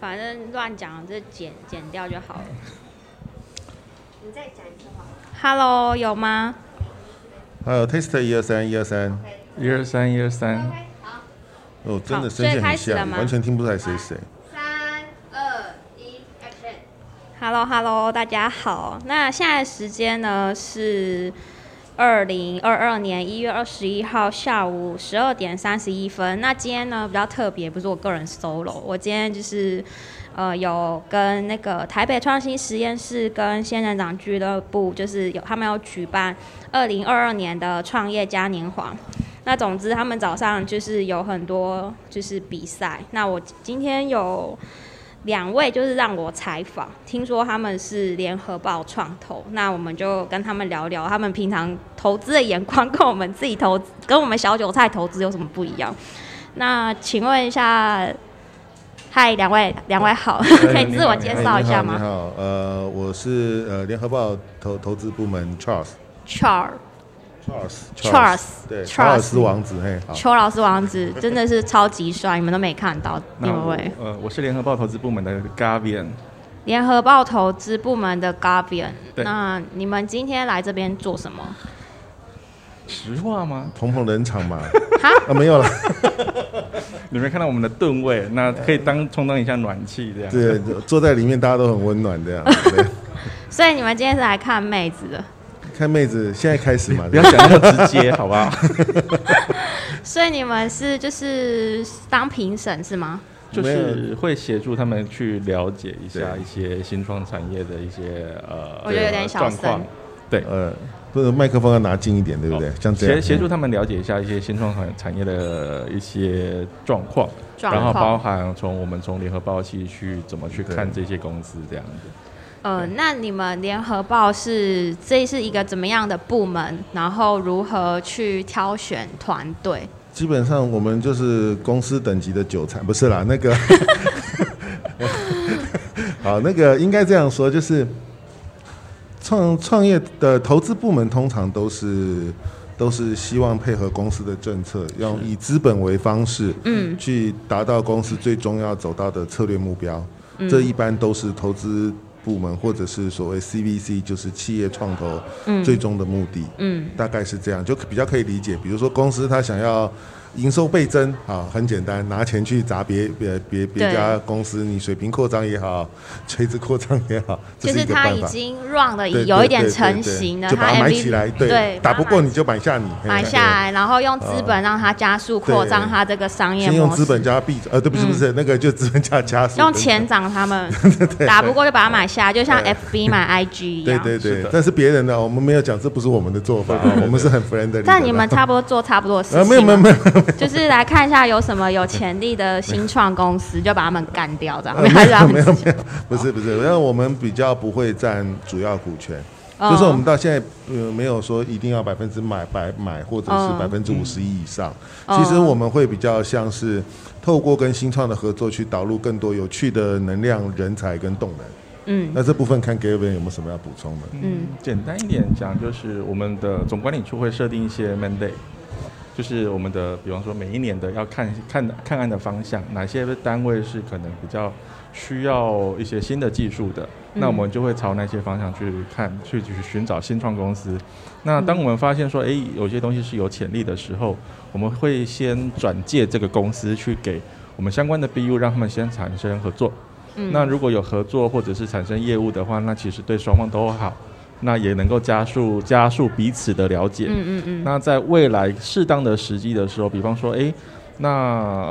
反正乱讲就剪剪掉就好了。你再讲一次好了。 Hello，有吗？还有 E test 一二三一二三，一二三一二三， OK，好，哦，真好的声线所以开很始了像，吗完全听不出来谁是谁。三二一，Action！ Hello Hello，大家好。那现在时间呢是二零二二年一月二十一号下午十二点三十一分。那今天呢比较特别，不是我个人 solo，我今天就是呃有跟那个台北创新实验室跟仙人掌俱乐部，就是有他们要举办二零二二年的创业嘉年华。那总之，他们早上就是有很多就是比赛。那我今天有两位就是让我采访，听说他们是联合报创投，那我们就跟他们聊聊他们平常投资的眼光跟我们自己投资跟我们小韭菜投资有什么不一样。那请问一下，嗨，两位两位好， 可以自我介哎绍一你下好，吗你好，呃，我是呃联合报投投资部门 Charles。 ？Char Charles Charles 对 Charles 查尔斯王子，嘿，好，邱老师王子真的是超级帅，你们都没看到，那两我位。呃我是联合报投资部门的 Gavian，联合报投资部门的 Guardian，对那你们今天来这边做什么？实话吗？捧捧冷场嘛，哈，啊，没有了，你没看到我们的吨位，那可以当充当一下暖气这样。对，坐在里面大家都很温暖 这样。对所以你们今天是来看妹子的。看妹子，现在开始嘛， 不要讲那么直接，好不好？所以你们是就是当评审是吗？ 就是会协助他们去了解一下对一些新创产业的一些呃，我觉得有点小状况声，对，呃，不是麦克风要拿近一点，对不对？像这协样协助他们了解一下一些新创产产业的一些状况，状然后包况。含从我们从联合报系去怎么去看这些公司这样子。呃，那你们联合报是这是一个怎么样的部门？然后如何去挑选团队？基本上我们就是公司等级的韭菜，不是啦，那 个， 好，那个应该这样说，就是创创业的投资部门通常都是都是希望配合公司的政策，用以资本为方式，嗯，去达到公司最终要走到的策略目标。嗯这一般都是投资部门或者是所谓 CVC，就是企业创投最终的目的。嗯，大概是这样，就比较可以理解。比如说公司它想要。营收倍增啊，很简单，拿钱去砸别别别别对家公司，你水平扩张也好，垂直扩张也好，这就是一个它办已法。经 run 了，对有一对点对对成对型了，就把它买 MVP 起来，对，打把不它过你就买下你，嘿买下，来，然后用资本让它加速扩张它这个商对业先用模资本式，嗯加币，呃，对，不是不是，那个就资本加加速，用钱涨他 们，打不过就把它买下来，就像 FB 买 IG 一对，样。对对是对的，但是别人的我们没有讲，这不是我们的做法，我们是很 friendly 的。但你们差不多做差不多的事情啊吗，没有没有没有，就是来看一下有什么有潜力的新创公司，就把他们干掉，这样呃没还是他有们没自有己没有，不是不是，因为我们比较不会占主要股权， 哦就是我们到现在呃没有说一定要百分之买百买或者哦是百分之五十一以上，哦其实我们会比较像是透过跟新创的合作去导入更多有趣的能量、人才跟动能。嗯那这部分看 Gavin 有没有什么要补充的？嗯，简单一点讲，就是我们的总管理处会设定一些 mandate，就是我们的，比方说每一年的要看看看案的方向，哪些单位是可能比较需要一些新的技术的，那我们就会朝那些方向去看，去去寻找新创公司。那当我们发现说，诶，有些东西是有潜力的时候，我们会先转介这个公司去给我们相关的 BU，让他们先产生合作。嗯那如果有合作或者是产生业务的话，那其实对双方都好，那也能够加速加速彼此的了解。嗯嗯嗯，那在未来适当的时机的时候，比方说，诶，那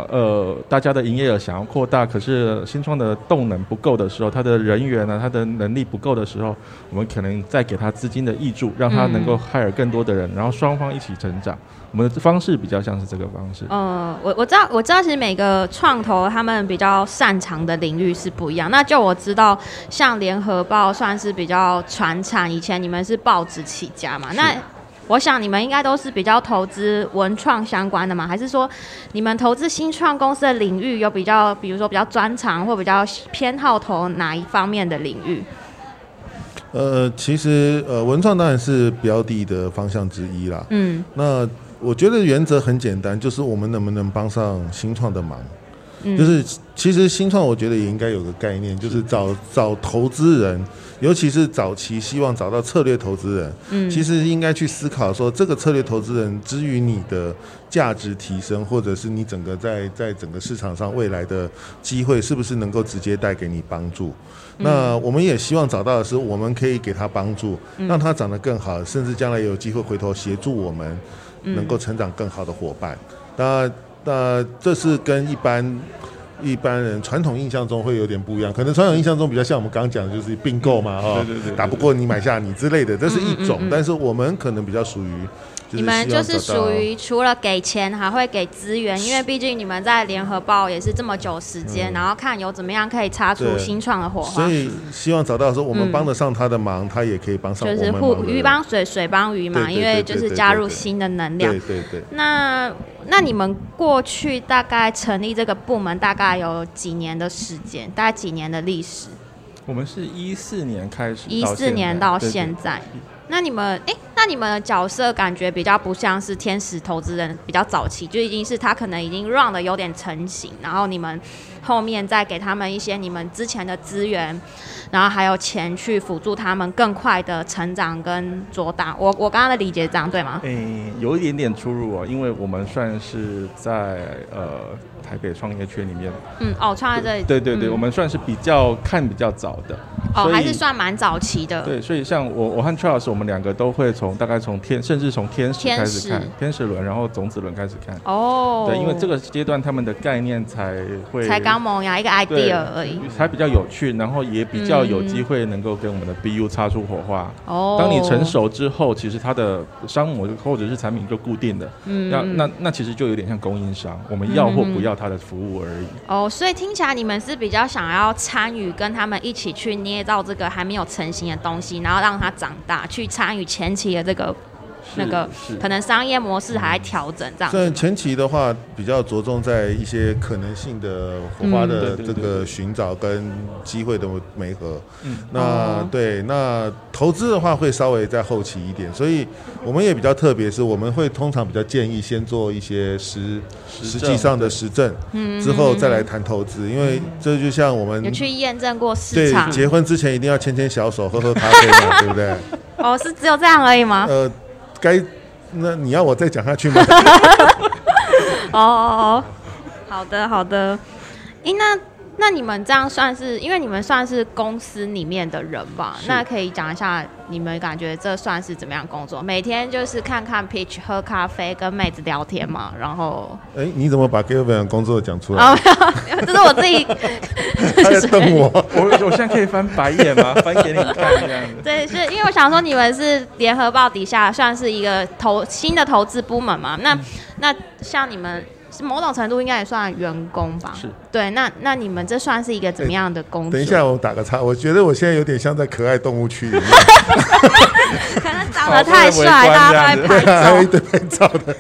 呃，大家的营业额想要扩大，可是新创的动能不够的时候，它的人员呢，它的能力不够的时候，我们可能再给它资金的益助，让它能够嗯 hire 更多的人，然后双方一起成长。我们的方式比较像是这个方式。呃，我我知道，我知道，其实每个创投他们比较擅长的领域是不一样。那就我知道，像联合报算是比较传产，以前你们是报纸起家嘛，那。我想你们应该都是比较投资文创相关的嘛，还是说你们投资新创公司的领域有比较，比如说比较专长或比较偏好投哪一方面的领域？呃，其实呃，文创当然是标的的方向之一啦。嗯，那我觉得原则很简单，就是我们能不能帮上新创的忙。嗯就是其实新创，我觉得也应该有个概念，就是找找投资人，尤其是早期希望找到策略投资人，嗯其实应该去思考说，这个策略投资人之于你的价值提升，或者是你整个在在整个市场上未来的机会，是不是能够直接带给你帮助？嗯那我们也希望找到的是，我们可以给他帮助，嗯让他长得更好，甚至将来有机会回头协助我们，嗯能够成长更好的伙伴。那那这是跟一般一般人传统印象中会有点不一样，可能传统印象中比较像我们刚刚讲的就是并购嗯嘛，哦，对对对对打不过你买下你之类的，这是一种，但是我们可能比较属于，就是你们希望就是找到属于除了给钱，还会给资源，因为毕竟你们在联合报也是这么久时间，然后看有怎么样可以擦出嗯对新创的火花所，以希望找到说我们嗯帮得上他的忙，他也可以帮上我就们是忙互的鱼帮水，水帮鱼嘛，对对因为对对就是对加对入对新的能量对。对对，那那你们过去大概成立这个部门大概有几年的时间？大概几年的历史？我们是一四年开始，一四年到现在在。那你们诶，那你们的角色感觉比较不像是天使投资人，比较早期就已经是他可能已经 run 的有点成型，然后你们后面再给他们一些你们之前的资源，然后还有钱去辅助他们更快的成长跟做大。我我刚刚的理解这样对吗？对对诶、有一点点出入哦，因为我们算是在呃台北创业圈里面，嗯，哦，创在这里，对对对，嗯我们算是比较看比较早的，哦所以还是算蛮早期的。对，所以像我我和 Charles，我们两个都会从大概从天，甚至从天使天开始看使天使轮，然后种子轮开始看。哦，对，因为这个阶段他们的概念才会才刚萌芽一个对 idea 而已。才比较有趣，然后也比较有嗯机会能够跟我们的 BU 擦出火花。哦，当你成，熟之后，其实它的商模或者是产品就固定的，嗯那嗯那那其实就有点像供应商，我们要或不要它的服务而已。哦，所以听起来你们是比较想要参与，跟他们一起去捏造这个还没有成型的东西，然后让它长大，去参与前期的这个是那个是嗯可能商业模式还在调整这样。虽然前期的话比较着重在一些可能性的火花嗯的对对这对个对寻找跟机会的媒合，嗯那哦对那投资的话会稍微在后期一点，所以我们也比较特别，是我们会通常比较建议先做一些实实实证际上的实证，之后再来谈投资，因为这就像我们嗯有去验证过市对场结婚之前一定要牵牵小手，喝喝咖啡 嘛，对不对？哦，是只有这样而已嗯吗？ 呃，该那你要我再讲下去 吗？哦哦哦，好的好的。诶，那那你们这样算是，因为你们算是公司里面的人吧？是那可以讲一下你们感觉这算是怎么样工作？每天就是看看 pitch、喝咖啡、跟妹子聊天嘛，然后哎，你怎么把 Gavin 工作讲出来？啊，没 有，这是我自己。他在 瞪我。我我现在可以翻白眼吗？ 翻给你看这样子。对，是因为我想说你们是联合报底下算是一个投新的投资部门嘛？嗯那那像你们是某种程度应该也算员工吧？是。对，那那你们这算是一个怎么样的工作？等 一下，我打个岔，我觉得我现在有点像在可爱动物区里面，可能长得太帅，大家都会对啊，还有拍照。一 堆拍照的。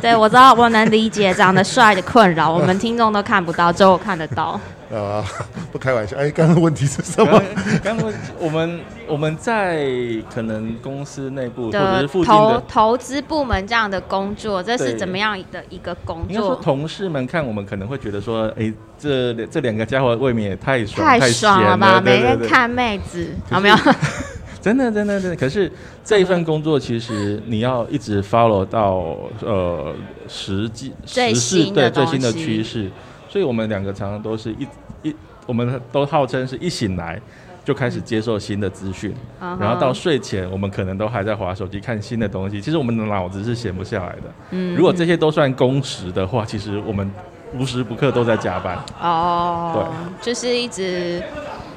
对，我知道，我能理解长得帅的困扰，我们听众都看不到，只有我看得到。啊，不开玩笑。哎，刚刚问题是什 么？刚刚我们我们在可能公司内部或者的是附近投的，投资部门这样的工作，这是对怎么样的一个工应该说作？同事们看我们可能会觉得说，哎，这这两个家伙未免也太爽太闲爽了吧！对每对天对看妹子，有没有？ 真的，真的，真的。可是这一份工作，其实你要一直 follow 到呃实际最时新事的对最东新的西趋势，所以我们两个常常都是一一，我们都号称是一醒来就开始接受新的资讯，然然后到睡前我们可能都还在划手机看新的东西。其实我们的脑子是闲不下来的。嗯如果这些都算工时的话，其实我们无时不刻都在加班。哦，就是一直。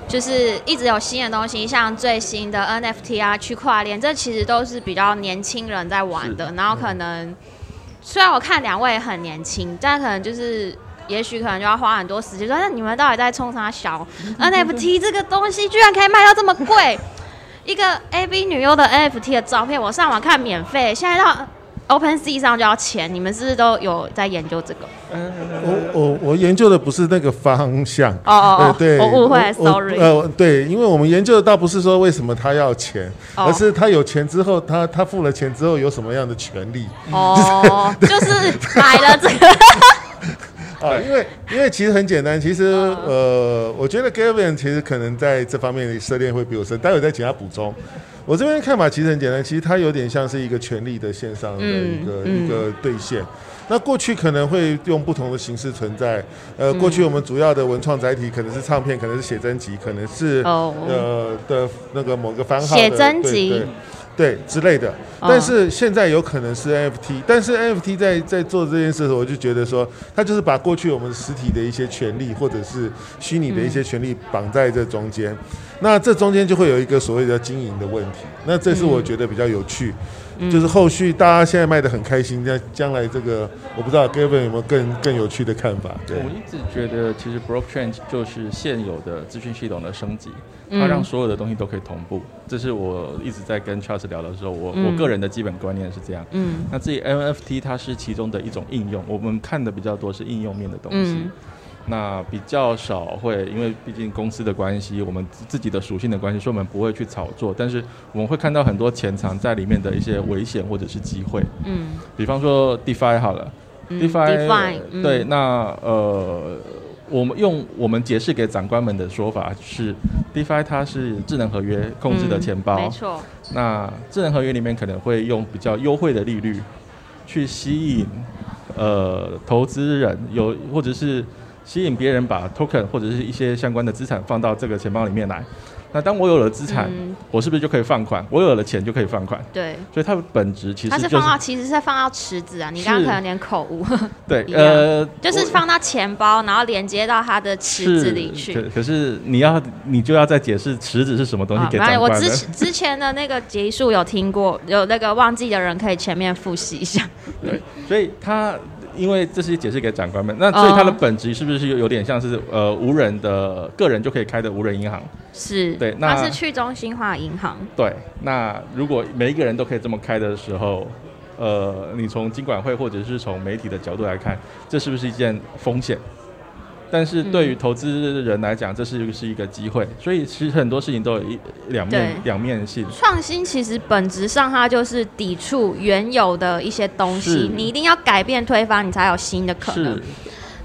就是一直有新的东西，像最新的 NFT 啊、区块链，这其实都是比较年轻人在玩的。然后可能，虽然我看两位很年轻，但可能就是，也许可能就要花很多时间说，那你们到底在冲啥小 NFT 这个东西，居然可以卖到这么贵？一个 A B 女优的 NFT 的照片，我上网看免费，现在到 OpenSea 上就要钱，你们是不是都有在研究这个？我我我研究的不是那个方向。哦哦呃哦，，对，我误会我，sorry。呃，对，因为我们研究的倒不是说为什么他要钱，哦而是他有钱之后，他他付了钱之 后有什么样的权利？ 哦，就是买了这个，啊，因为因为其实很简单，其实啊呃，我觉得 Gavin 其实可能在这方面的涉猎会比我深，待会再请他补充。我这边看法其实很简单，其实它有点像是一个权力的线上的一个、嗯嗯一个兑现。那过去可能会用不同的形式存在，呃，嗯过去我们主要的文创载体可能是唱片，可能是写真集，可能是、哦呃的那个某个番号的写真对集对对之类的。哦但是现在有可能是 NFT，但是 NFT 在在做这件事的时候，我就觉得说，它就是把过去我们实体的一些权利或者是虚拟的一些权利绑在这中间，那这中间就会有一个所谓的经营的问题。那这是我觉得比较有趣。就是后续大家现在卖的很开心，但将来这个我不知道 Gavin 有没有更更有趣的看法？对我一直觉得，其实 blockchain 就是现有的资讯系统的升级，嗯它让所有的东西都可以同步。这是我一直在跟 Charles 聊的时候，我、我个人的基本观念是这样。嗯那至于 NFT，它是其中的一种应用，我们看的比较多是应用面的东西。嗯那比较少会，因为毕竟公司的关系，我们自自己的属性的关系，所以我们不会去炒作，但是我们会看到很多潜藏在里面的一些危险或者是机会。嗯比方说 DeFi 好了、嗯 d e f i DeFi，嗯对，那呃，我们用我们解释给长官们的说法是，DeFi 它是智能合约控制的钱包，嗯没错，那智能合约里面可能会用比较优惠的利率去吸引呃投资人有或者是吸引别人把 token 或者是一些相关的资产放到这个钱包里面来。那当我有了资产，嗯我是不是就可以放款？我有了钱就可以放款，对，所以它的本质其实它是就放是到其实是放到池子啊，你刚刚是可能有点口误，对一样呃， 就是我放到钱包，然后连接到它的池子里可去。可是你要你就要再解释池子是什么东西给长反官正了。啊我之前之前的那个结束有听过，有那个忘记的人可以前面复习一下。 对，所以他因为这是解释给长官们，那所以它的哦本质是不是有有点像是呃无人的个人就可以开的无人银行？是，对那它是去中心化银行。对，那如果每一个人都可以这么开的时候，呃，你从金管会或者是从媒体的角度来看，这是不是一件风险？但是对于投资人来讲，这是一个是一个机会，所以其实很多事情都有一两面对两面性。创新其实本质上它就是抵触原有的一些东是西，你一定要改变推翻，你才有新的可能是。，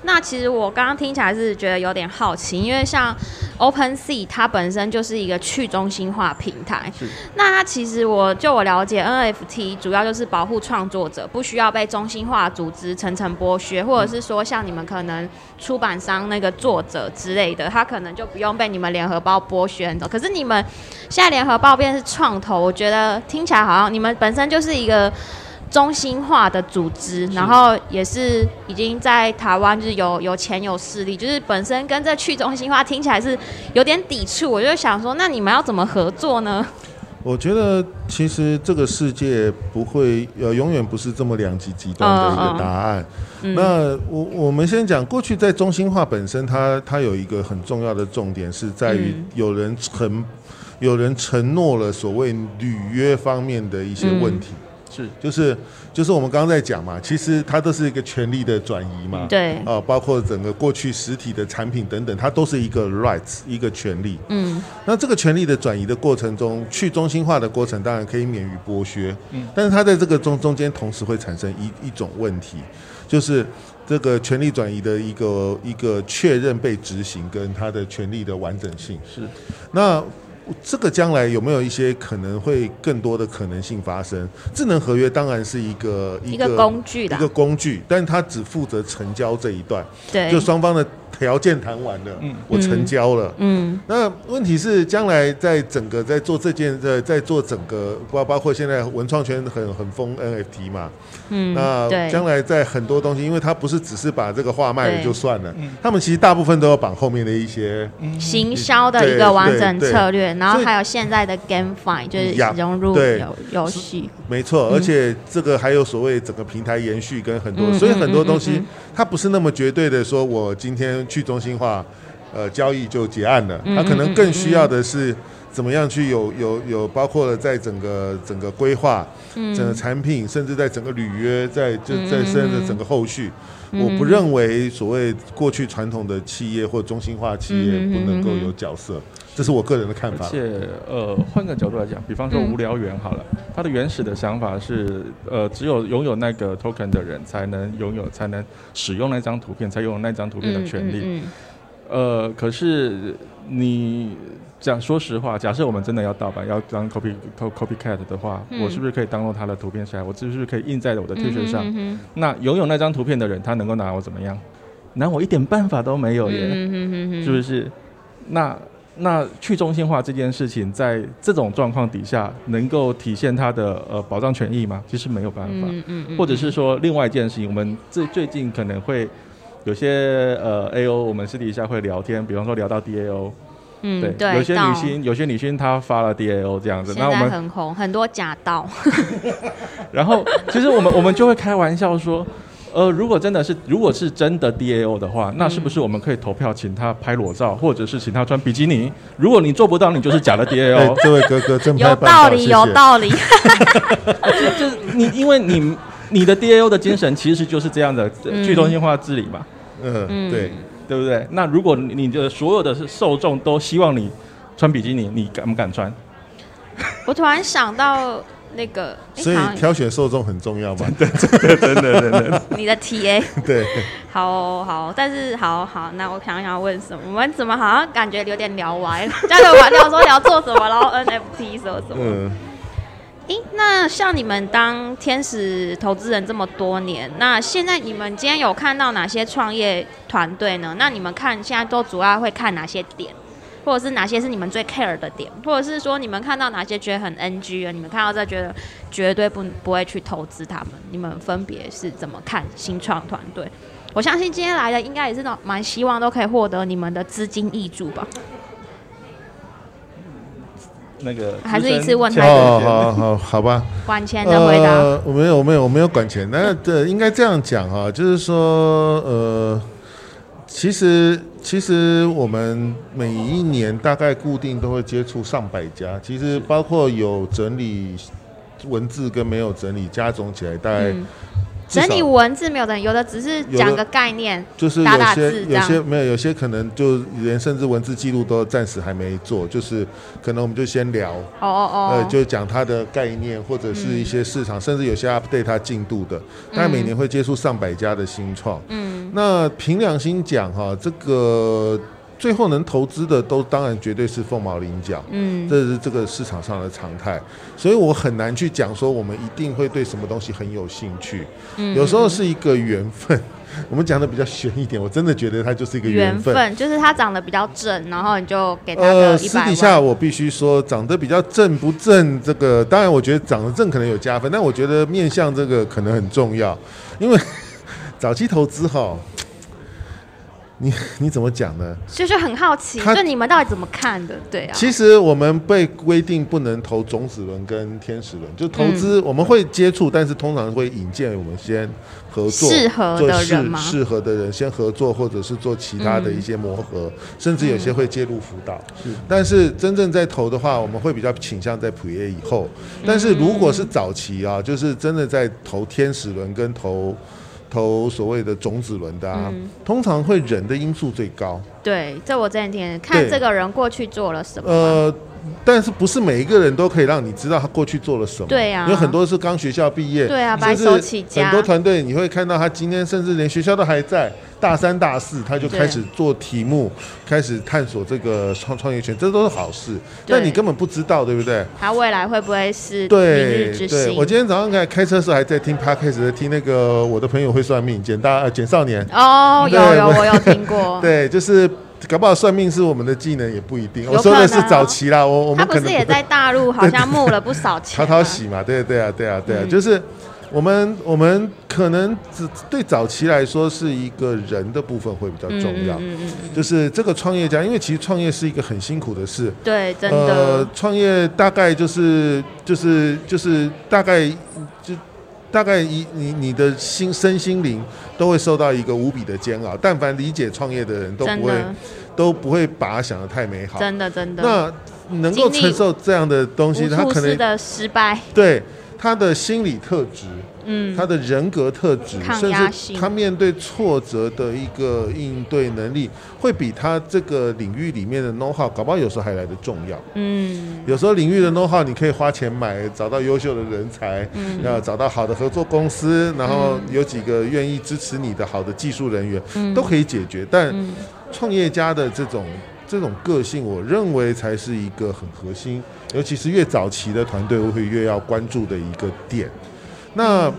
那其实我刚刚听起来是觉得有点好奇，因为像 OpenSea 它本身就是一个去中心化平台是，那它其实我就我了解，NFT 主要就是保护创作者，不需要被中心化组织层层剥削，或者是说像你们可能出版商那个作者之类的，他可能就不用被你们联合报剥削走。可是你们现在联合报变成是创投，我觉得听起来好像你们本身就是一个。中心化的组织，然后也是已经在台湾就是有有钱有势力，就是本身跟这去中心化听起来是有点抵触，我就想说，那你们要怎么合作呢？我觉得其实这个世界不会呃永远不是这么两极极端的一个答案。嗯那我我们先讲过去在中心化本身它，它有一个很重要的重点是在于嗯有人承、有人承诺了所谓履约方面的一些问题，嗯是就是就是我们刚刚在讲嘛，其实它都是一个权利的转移嘛。对，啊、包括整个过去实体的产品等等，它都是一个 rights，一个权利。嗯，那这个权利的转移的过程中，去中心化的过程当然可以免于剥削，嗯，但是它在这个中中间同时会产生一一种问题，就是这个权利转移的一个一个确认被执行跟它的权利的完整性。是那这个将来有没有一些可能会更多的可能性发生？智能合约当然是一个一个工具一啦个，工具，但它只负责成交这一段，对就，双方的条件谈完了，嗯我成交了。嗯那问题是，将来在整个在做这件在在做整个包包括现在文创圈很很疯 NFT 嘛，嗯，那对，将来在很多东西，因为它不是只是把这个画卖了对就算了，他们其实大部分都要绑后面的一些行销的一个完整策略，然后所以还有现在的 GameFi 就是呀融入对游游戏，没错，嗯而且这个还有所谓整个平台延续跟很多，嗯所以很多东嗯嗯西嗯它不是那么绝对的，说我今天去中心化。呃交易就结案了。嗯他可嗯能嗯更嗯需要的是怎么样去有有有包括了在整个整个规划、嗯整个产品，甚至在整个履约，在就嗯嗯在嗯嗯甚至整个后续。嗯我不认为所谓过去传统的企业或中心化企业嗯嗯嗯不能够嗯嗯有角色，这是我个人的看而法。且，呃，换个角度来讲，比方说嗯无聊猿好了，它的原始的想法是，呃，只有拥有那个 token 的人才能拥有，才能使用那张图片，才拥有那张图片的权利。嗯嗯呃，可是你讲说实话，假设我们真的要盗版，要当 copy co- copycat 的话，嗯我是不是可以当做他的图片下来？我是不是可以印在我的嗯 T 恤上？嗯嗯那拥有那张图片的人，他能够拿我怎么样？拿我一点办法都没有耶。嗯是不？是？那那去中心化这件事情，在这种状况底下，能够体现它的呃保障权益吗？其实没有办法。嗯嗯嗯，或者是说另外一件事情，我们最最近可能会有些呃 A O，我们私底下会聊天，比方说聊到 D A O，、嗯对，对，有些到女星有些女星她发了 D A O 这样子，现那我在们很红，很多假道。然后其实我们我们就会开玩笑说。呃，如果真的是如果是真的 DAO 的话，那是不是我们可以投票请他拍裸照，或者是请他穿比基尼？如果你做不到，你就是假的哎 DAO。，这位哥哥正有拍半道岛理，谢有谢道理。就就是你，因为你你的 DAO 的精神其实就是这样的嗯去中心化治理嘛，嗯嗯，对，对不对？那如果你你的所有的受众都希望你穿比基尼，你敢不敢穿？我突然想到那个，诶哎所以好像挑选受众很重要嘛。你的 TA 对， 好哦、好哦，但是好好，那我想想问什么？我们怎么好像感觉有点聊歪了？ 这样子玩聊说聊做什么，然后 NFT 什么什么？嗯，诶、那像你们当天使投资人这么多年，那现在你们今天有看到哪些创业团队呢？那你们看现在都主要会看哪些点？或者是哪些是你们最 care 的点，或者是说你们看到哪些觉得很 NG 的，你们看到这觉得绝对不不会去投资他们，你们分别是怎么看新创团队？我相信今天来的应该也是那种蛮希望都可以获得你们的资金益助吧。那个还是资深一次问他前哦，辈好好好吧。晚钱的回答，呃、我没有，我没有，我没有管钱。那这应该这样讲啊，就是说，呃，其实其实我们每一年大概固定都会接触上百家，其实包括有整理文字跟没有整理加总起来，大概嗯，至少整理文字没有的，有的只是的讲个概念，就是有打打些字这有样些没有，有些可能就连甚至文字记录都暂时还没做，就是可能我们就先聊，哦哦哦，呃，就讲它的概念或者是一些市场，甚至嗯有些 update 它进度的。大概每年会接触上百家的新创。嗯那凭良心讲哈，这个最后能投资的都当然绝对是凤毛麟角。嗯这是这个市场上的常态，所以我很难去讲说我们一定会对什么东西很有兴趣。嗯有时候是一个缘分， 我们讲的比较玄一点，我真的觉得它就是一个缘缘分。分就是他长得比较正，然后你就给他个呃，一私百底下万。我必须说，长得比较正不正，这个当然我觉得长得正可能有加分，但我觉得面相这个可能很重要，因为 早期投资哈，你你怎么讲呢？就是很好奇，他就你们到底怎么看的？对啊，其实我们被规定不能投种子轮跟天使轮，嗯就投资我们会接触，但是通常会引荐我们先合作，适合做的适人吗适合的人先合作，或者是做其他的一些磨嗯合，甚至有些会介入辅导。是但是真正在投的话，我们会比较倾向在普业以后。嗯但是如果是早期啊，就是真的在投天使轮跟投投所谓的种子轮的啊，嗯通常会人的因素最高。对，这我之前听看对这个人过去做了什么嘛。呃，但是不是每一个人都可以让你知道他过去做了什么？对啊有很多是刚学校毕业，对啊甚至白手起家很多团队你会看到他今天甚至连学校都还在，大三大四他就对开始做题目，开始探索这个创创业圈，这都是好事。对但你根本不知道，对不对？他未来会不会是明对日之对，星？我今天早上开开车的时候还在听 podcast，在听那个我的朋友会算命，简大呃简少年，哦，有对有，我我有 听过。对，就是搞不好算命是我们的技能也不一定。有我说的可是能哦早期啦，我我他们不可能是也会在大 陆好像募了不少钱讨吗？讨喜嘛，对对啊，对啊，嗯对啊，就是我们我们可能只对早期来说是一个人的部分会比较嗯重要，嗯嗯嗯嗯，就是这个创业家，因为其实创业是一个很辛苦的事。对，真呃的，，创业大概就是就是就是大概就大概一你你的心身心灵都会受到一个无比的煎熬。但凡理解创业的人都真不会的，都不会把它想得太美好。真的，真的，那能够经历承受这样的东西，他无可数次能的失败，对他的心理特质、嗯，他的人格特质，抗甚压至性他面对挫折的一个应对能力，会比他这个领域里面的 know how，搞不好有时候还来得重要。嗯，有时候领域的 know how 你可以花钱买，找到优秀的人才，嗯要找到好的合作公司，然后有几个愿意支持你的好的技术人员，嗯都可以解决。但嗯，创业家的这种这种个性，我认为才是一个很核心，尤其是越早期的团队会越要关注的一个点。那嗯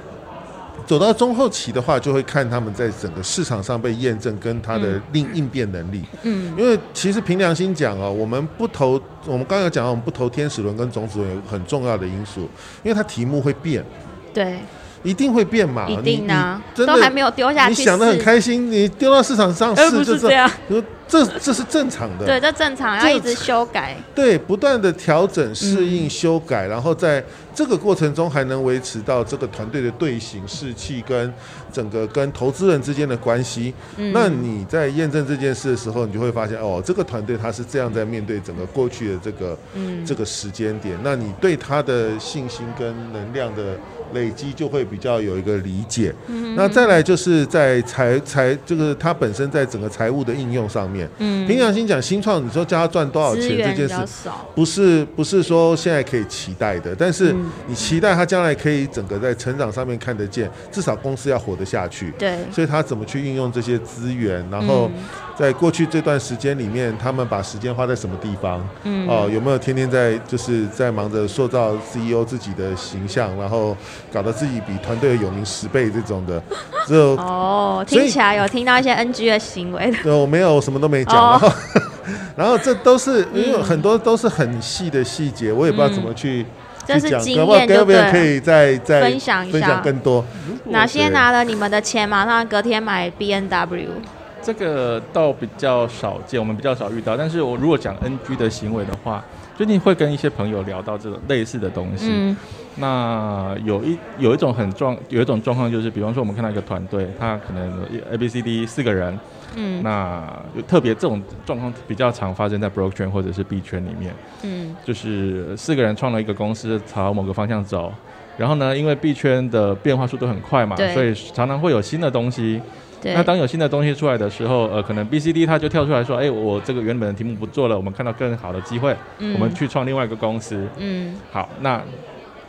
走到中后期的话，就会看他们在整个市场上被验证跟他的嗯应应变能力。嗯，因为其实凭良心讲哦，我们不投，我们刚刚有讲到，我们不投天使轮跟种子轮有个很重要的因素，因为它题目会变，对，一定会变嘛，一你定啊你，真都还的没有丢下你去，想的很，开心，你丢到市场哦上而市呃不就是是这样，你说这这是正常的，啊对，这正常，要这一直修改，对不断的调整、适应、修改，然后在这个过程中还能维持到这个团队的队形、士气跟整个跟投资人之间的关系。嗯，那你在验证这件事的时候，你就会发现哦，这个团队他是这样在面对整个过去的这个嗯，这个时间点，那你对他的信心跟能量的累积就会比较有一个理解。嗯那再来就是在财财，就是他本身在整个财务的应用上面。嗯凭良心讲，新创你说叫他赚多少资钱这源比件事较，少，不是不是说现在可以期待的，但是嗯你期待他将来可以整个在成长上面看得见，至少公司要活得下去。对，所以他怎么去运用这些资源，然后嗯在过去这段时间里面，他们把时间花在什么地方？嗯，哦，有没有天天在就是在忙着塑造 CEO 自己的形象，然后搞得自己比团队有名十倍这 种的？就哦，所以听起来有听到一些 NG 的行为的，呃我没有我什么都没讲，哦嗯然后 然后这都是因为很多都是很细的细节，我也不知道怎么去这去是讲，经搞不好验就 Gavin 对可了。以再再分享一分下享更多。哪些对拿了你们的钱，马上隔天买 B N W？这个倒比较少见，我们比较少遇到。但是我如果讲 NG 的行为的话，最近会跟一些朋友聊到这种类似的东西。嗯那有一有一种很状，有一种状况就是，比方说我们看到一个团队，他可能有 A、B、C、D 四个人，嗯那有特别这种状况比较常发生在 Bro 圈或者是 B 圈里面，嗯就是四个人创了一个公司，朝某个方向走。然后呢，因为币圈的变化速度很快嘛对，所以常常会有新的东西，对。那当有新的东西出来的时候，呃，可能 B、C、D 它就跳出来说，哎、我这个原本的题目不做了，我们看到更好的机会，嗯我们去创另外一个公司。嗯好，那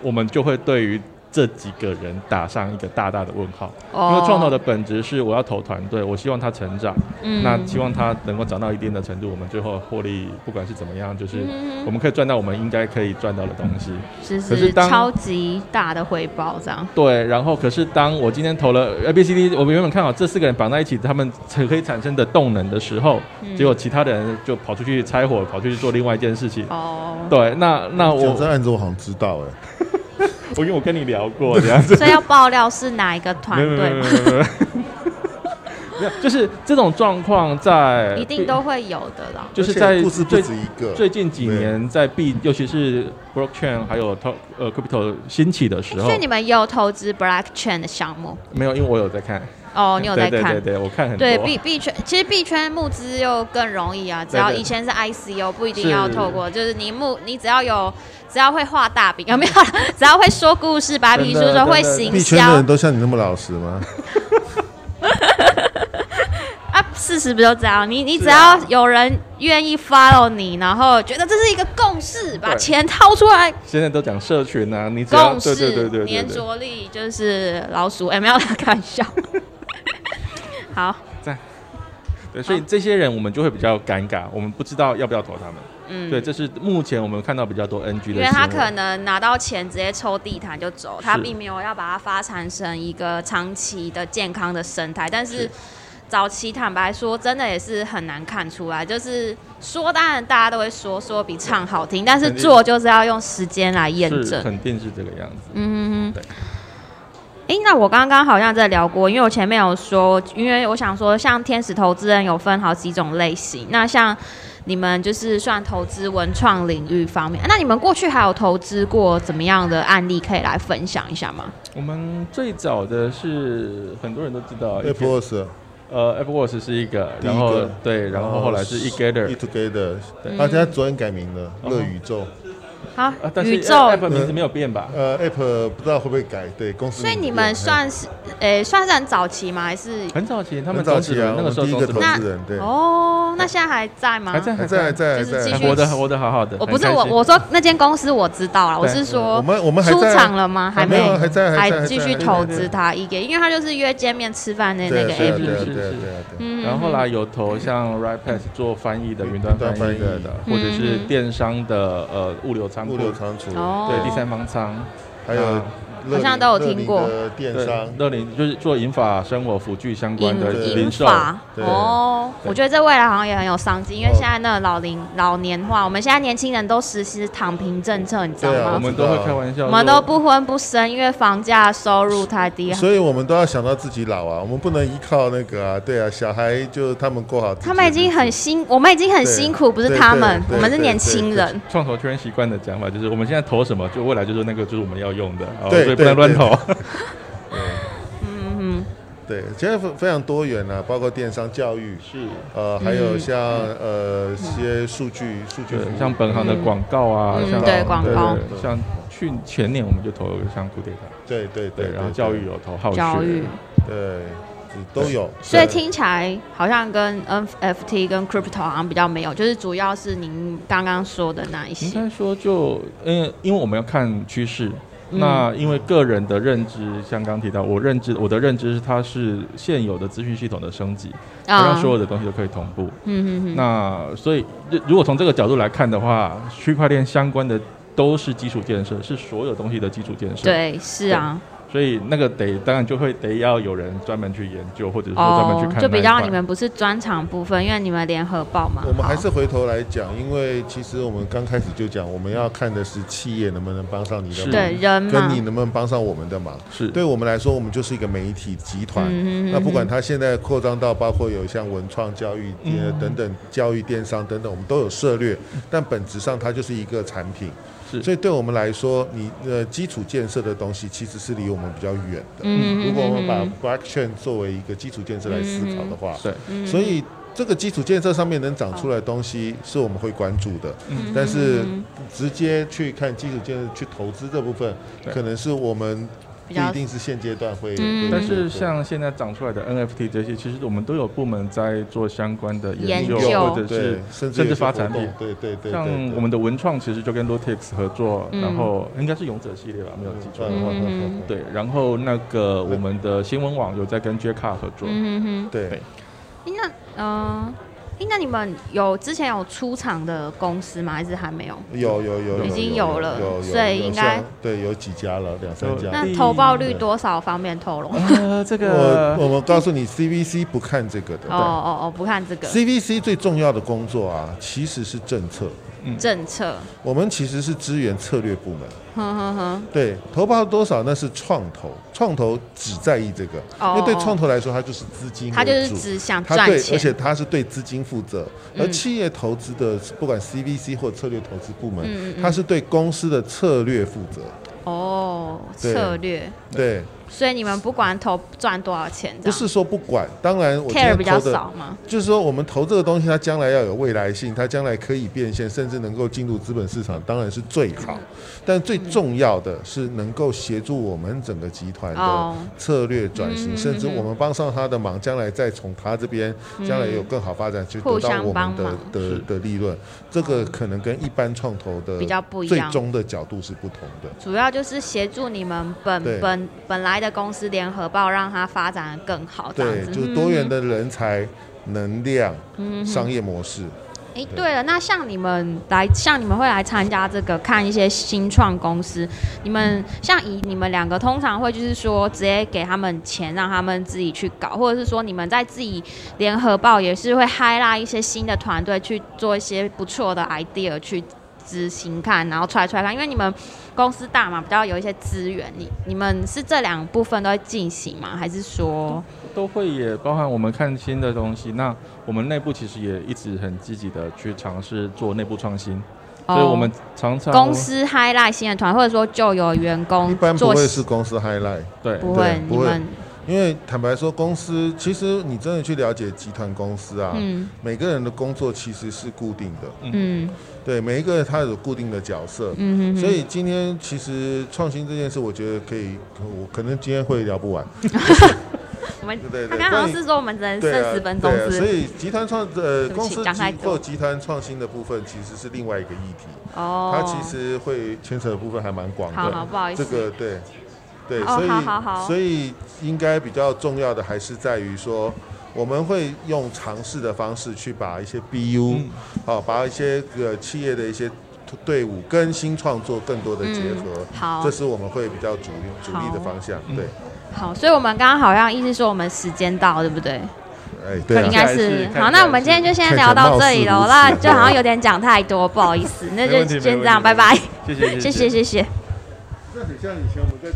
我们就会对于这几个人打上一个大大的问号，因哦为创投的本质是我要投团队，我希望他成长，嗯那希望他能够长到一定的程度，我们最后获利，不管是怎么样，就是嗯我们可以赚到我们应该可以赚到的东西。就可是是当超级大的回报这样。对，然后可是当我今天投了 A、B、C、D，我们原本看好这四个人绑在一起，他们才可以产生的动能的时候，嗯结果其他的人就跑出去拆伙，跑出去做另外一件事情。哦，对，那那我讲这案子我好像知道哎、我因为我跟你聊过这样 子，所以要爆料是哪一个团没有没队有没有吗？没有没有，没有就是这种状况在一定都会有的啦。就是而且在故事不最止一个，最近几对年在币，尤其是 blockchain 还有 to 呃 crypto 兴起的时候所以，你们也有投资 Black Chain 的项目没有，因为我有在看，哦，你有在看对？对对对，我看很多。啊对币币圈，其实币圈募资又更容易啊，只要对对以前是 ICO，不一定是要透过，就是你募，你只要有，只要会画大饼，有没有？ 只要会说故事、白皮书，真的说会真的行币圈的销人都像你那么老实吗？啊，事实不就这样？你你只是啊要有人愿意 follow 你，然后觉得这是一个共识，把对钱掏出来，现在都讲社群啊，你只要共对对对识对对粘对，着力就是老鼠，哎，没有，开玩 笑。好，对，所以这些人我们就会比较尴尬，我们不知道要不要投他们。嗯，对，这是目前我们看到比较多 NG 因的行为。为他可能拿到钱直接抽地毯就走，他是并没有要把它发展成一个长期的健康的生态。但是是早期坦白说，真的也是很难看出来。就是说，当然大家都会说说比唱好听，但是肯定做就是要用时间来验是证。肯定是这个样子。嗯哼哼对。诶，那我刚刚好像在聊过，因为我前面有说，因为我想说，像天使投资人有分好几种类型，那像你们就是算投资文创领域方面，那你们过去还有投资过怎么样的案例可以来分享一下吗？我们最早的是很多人都知道 Apple Watch 呃 Apple Watch 是一个，第一个然后对，然后后来是 e eGather， Together，他现啊嗯在昨天改名了，乐宇哦宙。好啊，但，是宇 App- 宙嗯 App 名字没有变吧？呃，App 不知道会不会改，对公司所名以字你变了。嗯们算是，诶、算是很早期吗？还是？很早期，他他们早种子期啊轮，我那个们时候第一种个子投轮那资人，对，哦，那现在还在吗？还在还在还在还就是继在还续。活得活得好好的。我不是很开我，心我说那间公司我知道了，我对是说我们我们还出在场了吗？还没有，，还在还在还继在续还在投资它一个，因为它就是约见面吃饭的那个对对啊 app。对啊是是对啊对是啊对啊。嗯然后后来有投像 r i p a d 做翻译的云端云端翻翻译译的的，或者是嗯嗯电商的呃物流仓库物，流仓储，哦对第三方仓，还有啊乐好像龄都有乐听龄过的电对商，嗯乐林就是做银发生活辅具相关的对银零银售，发对哦，对我觉得这未来好像也很有商机，因为哦现在那个老龄老年化，我们现在年轻人都实施躺平政策，你知道对啊我吗？们都会开玩笑说，我们都不婚不生，因为房价收入太低。所以我们都要想到自己老啊，我们不能依靠那个啊，对啊，小孩就他们过好自己的日子，他们已经很辛，我们已经很对辛苦，不是对他对们，对我们是对年对轻对人。创投圈习惯的讲法就是，我们现在投什么，就未来就是那个就是我们要用的，哦对所以不能对乱投。嗯对，现在非非常多元啊，包括电商、教育， 是，呃，还有像呃一些数据、数据服务对，像本行的广告啊，嗯像对广告对对像去前年我们就投了像 Good Data，对对对对，，然后对教育有投好学，教育，对嗯都有，所以对听起来好像跟 NFT 跟 crypto 好像比较没有，就是主要是您刚刚说的那一应些。该说就因为因为我们要看趋势。嗯那因为个人的认知，像刚提到，我认知我的认知是它是现有的资讯系统的升级，啊它让所有的东西都可以同步。嗯嗯嗯，那所以如如果从这个角度来看的话，区块链相关的都是基础建设，是所有东西的基础建设。，对，是啊，所以那个得当然就会得要有人专门去研究，或者说专门去哦看、，就比较你。们不是专场部分，因为你们联合报嘛。我们好还哦是回头来讲，因为其实我们刚开始就讲，我们要看的是企业能不能帮上你的是忙，对人嘛跟你，能不能帮上我们的忙。是对我们来说，我们就是一个媒体集团。嗯嗯嗯那不管它现在扩张到包括有像文创、教育、呃嗯等等、教育电商等等，我们都有涉略，但本质上它就是一个产品。是所以对我们来说，你呃基础建设的东西其实是离我们比较远的。嗯嗯嗯如果我们把嗯 blockchain 作为一个基础建设来思考的话，对，所以这个基础建设上面能长出来的东西是我们会关注的，嗯但是直接去看基础建设去投资这部分对，可能是我们比不较一定是现阶段会。嗯会但是做像现在长出来的 NFT 这些，其实我们都有部门在做相关的研究，研究或者对是，甚至甚有些至发活展动品。对对对，像对我们的文创其实就跟 Lotix 合作，嗯然后应该是勇者系列吧，没有记错。嗯嗯嗯对，然后那个我们的新闻网有在跟 j c a 合作，嗯嗯对对对嗯，那嗯。那你们有之前有出场的公司吗？还是还没有？有有有有已经有了有有所以有应该像对有几家了，两三有家。那第投报率多少？方便透 露？哦 呃，这我个我们告诉你，CVC 不看这个的。哦哦，不看这个 CVC 最重要的工作啊，其实是政策。政策，我们其实是支援策略部门，哼哼哼，对，投报多少那是创投，创投只在意这个，哦因为对创投来说，它就是资金为主，他就是只想它赚对，钱，而且它是对资金负责，而嗯企业投资的不管 CVC 或策略投资部门，嗯嗯嗯它是对公司的策略负责，哦，对策略，对，所以你们不管投赚多少钱，这不样是说不管，当然我今 care 天比较投的少嘛？就是说，我们投这个东西，它将来要有未来性，它将来可以变现，甚至能够进入资本市场，当然是最嗯好。但最重要的是能够协助我们整个集团的哦策略转型，嗯甚至我们帮上他的忙，将来再从他这边将来有更好发展，去得到我互相帮们忙的的的利润。这个可能跟一般创投的比较不一呃最样终的角度是不同的。主要就是协助你们本对本本来的公司联合报，让它发展得更好，哦这对样，子。就是多元嗯。的人才、能量、商业模式。哎、对了，那像你们来，像你们会来参加这个看一些新创公司，你们像以你们两个通常会就是说直接给他们钱，让他们自己去搞，或者是说你们在自己联合报也是会嗨啦一些新的团队去做一些不错的 idea 去执行看，然后出来出来看，因为你们公司大嘛，比较有一些资源，你你们是这两部分都会进行吗？还是说，都会也包含我们看新的东西。那我们内部其实也一直很积极的去尝试做内部创新，所以我们常常哦公司 highlight 新的团，或者说就有员工一般不做会是公司 highlight，对不会对，你不会们嗯因为坦白说，公司其实你真的去了解集团公司啊，嗯每个人的工作其实是固定的，嗯对，每一个他有固定的角色。嗯嗯，所以今天其实创新这件事，我觉得可以，我可能今天会聊不完。就是我们对对他对刚刚好像但是说我们只能剩对啊，十分钟，对啊是不所是？以集团创对呃不公起司讲太机多构集团创新的部分其实是另外一个议题，哦，它其实会牵扯的部分还蛮广好好的。不好意思，这个对对，哦所以好好好所以应该比较重要的还是在于说。我们会用尝试的方式去把一些 BU，嗯好、把一些呃企业的一些队伍跟新创做更多的结嗯合，好这是我们会比较主力主力的方向。嗯对，好，所以我们刚刚好像意思说我们时间到，对不对？哎，应对该啊，看起来是是。好，那我们今天就先聊到这里喽。那就好像有点讲太多，不好意思，那没就问题先这样，拜拜。谢谢谢谢，谢谢。那很像以前我们在。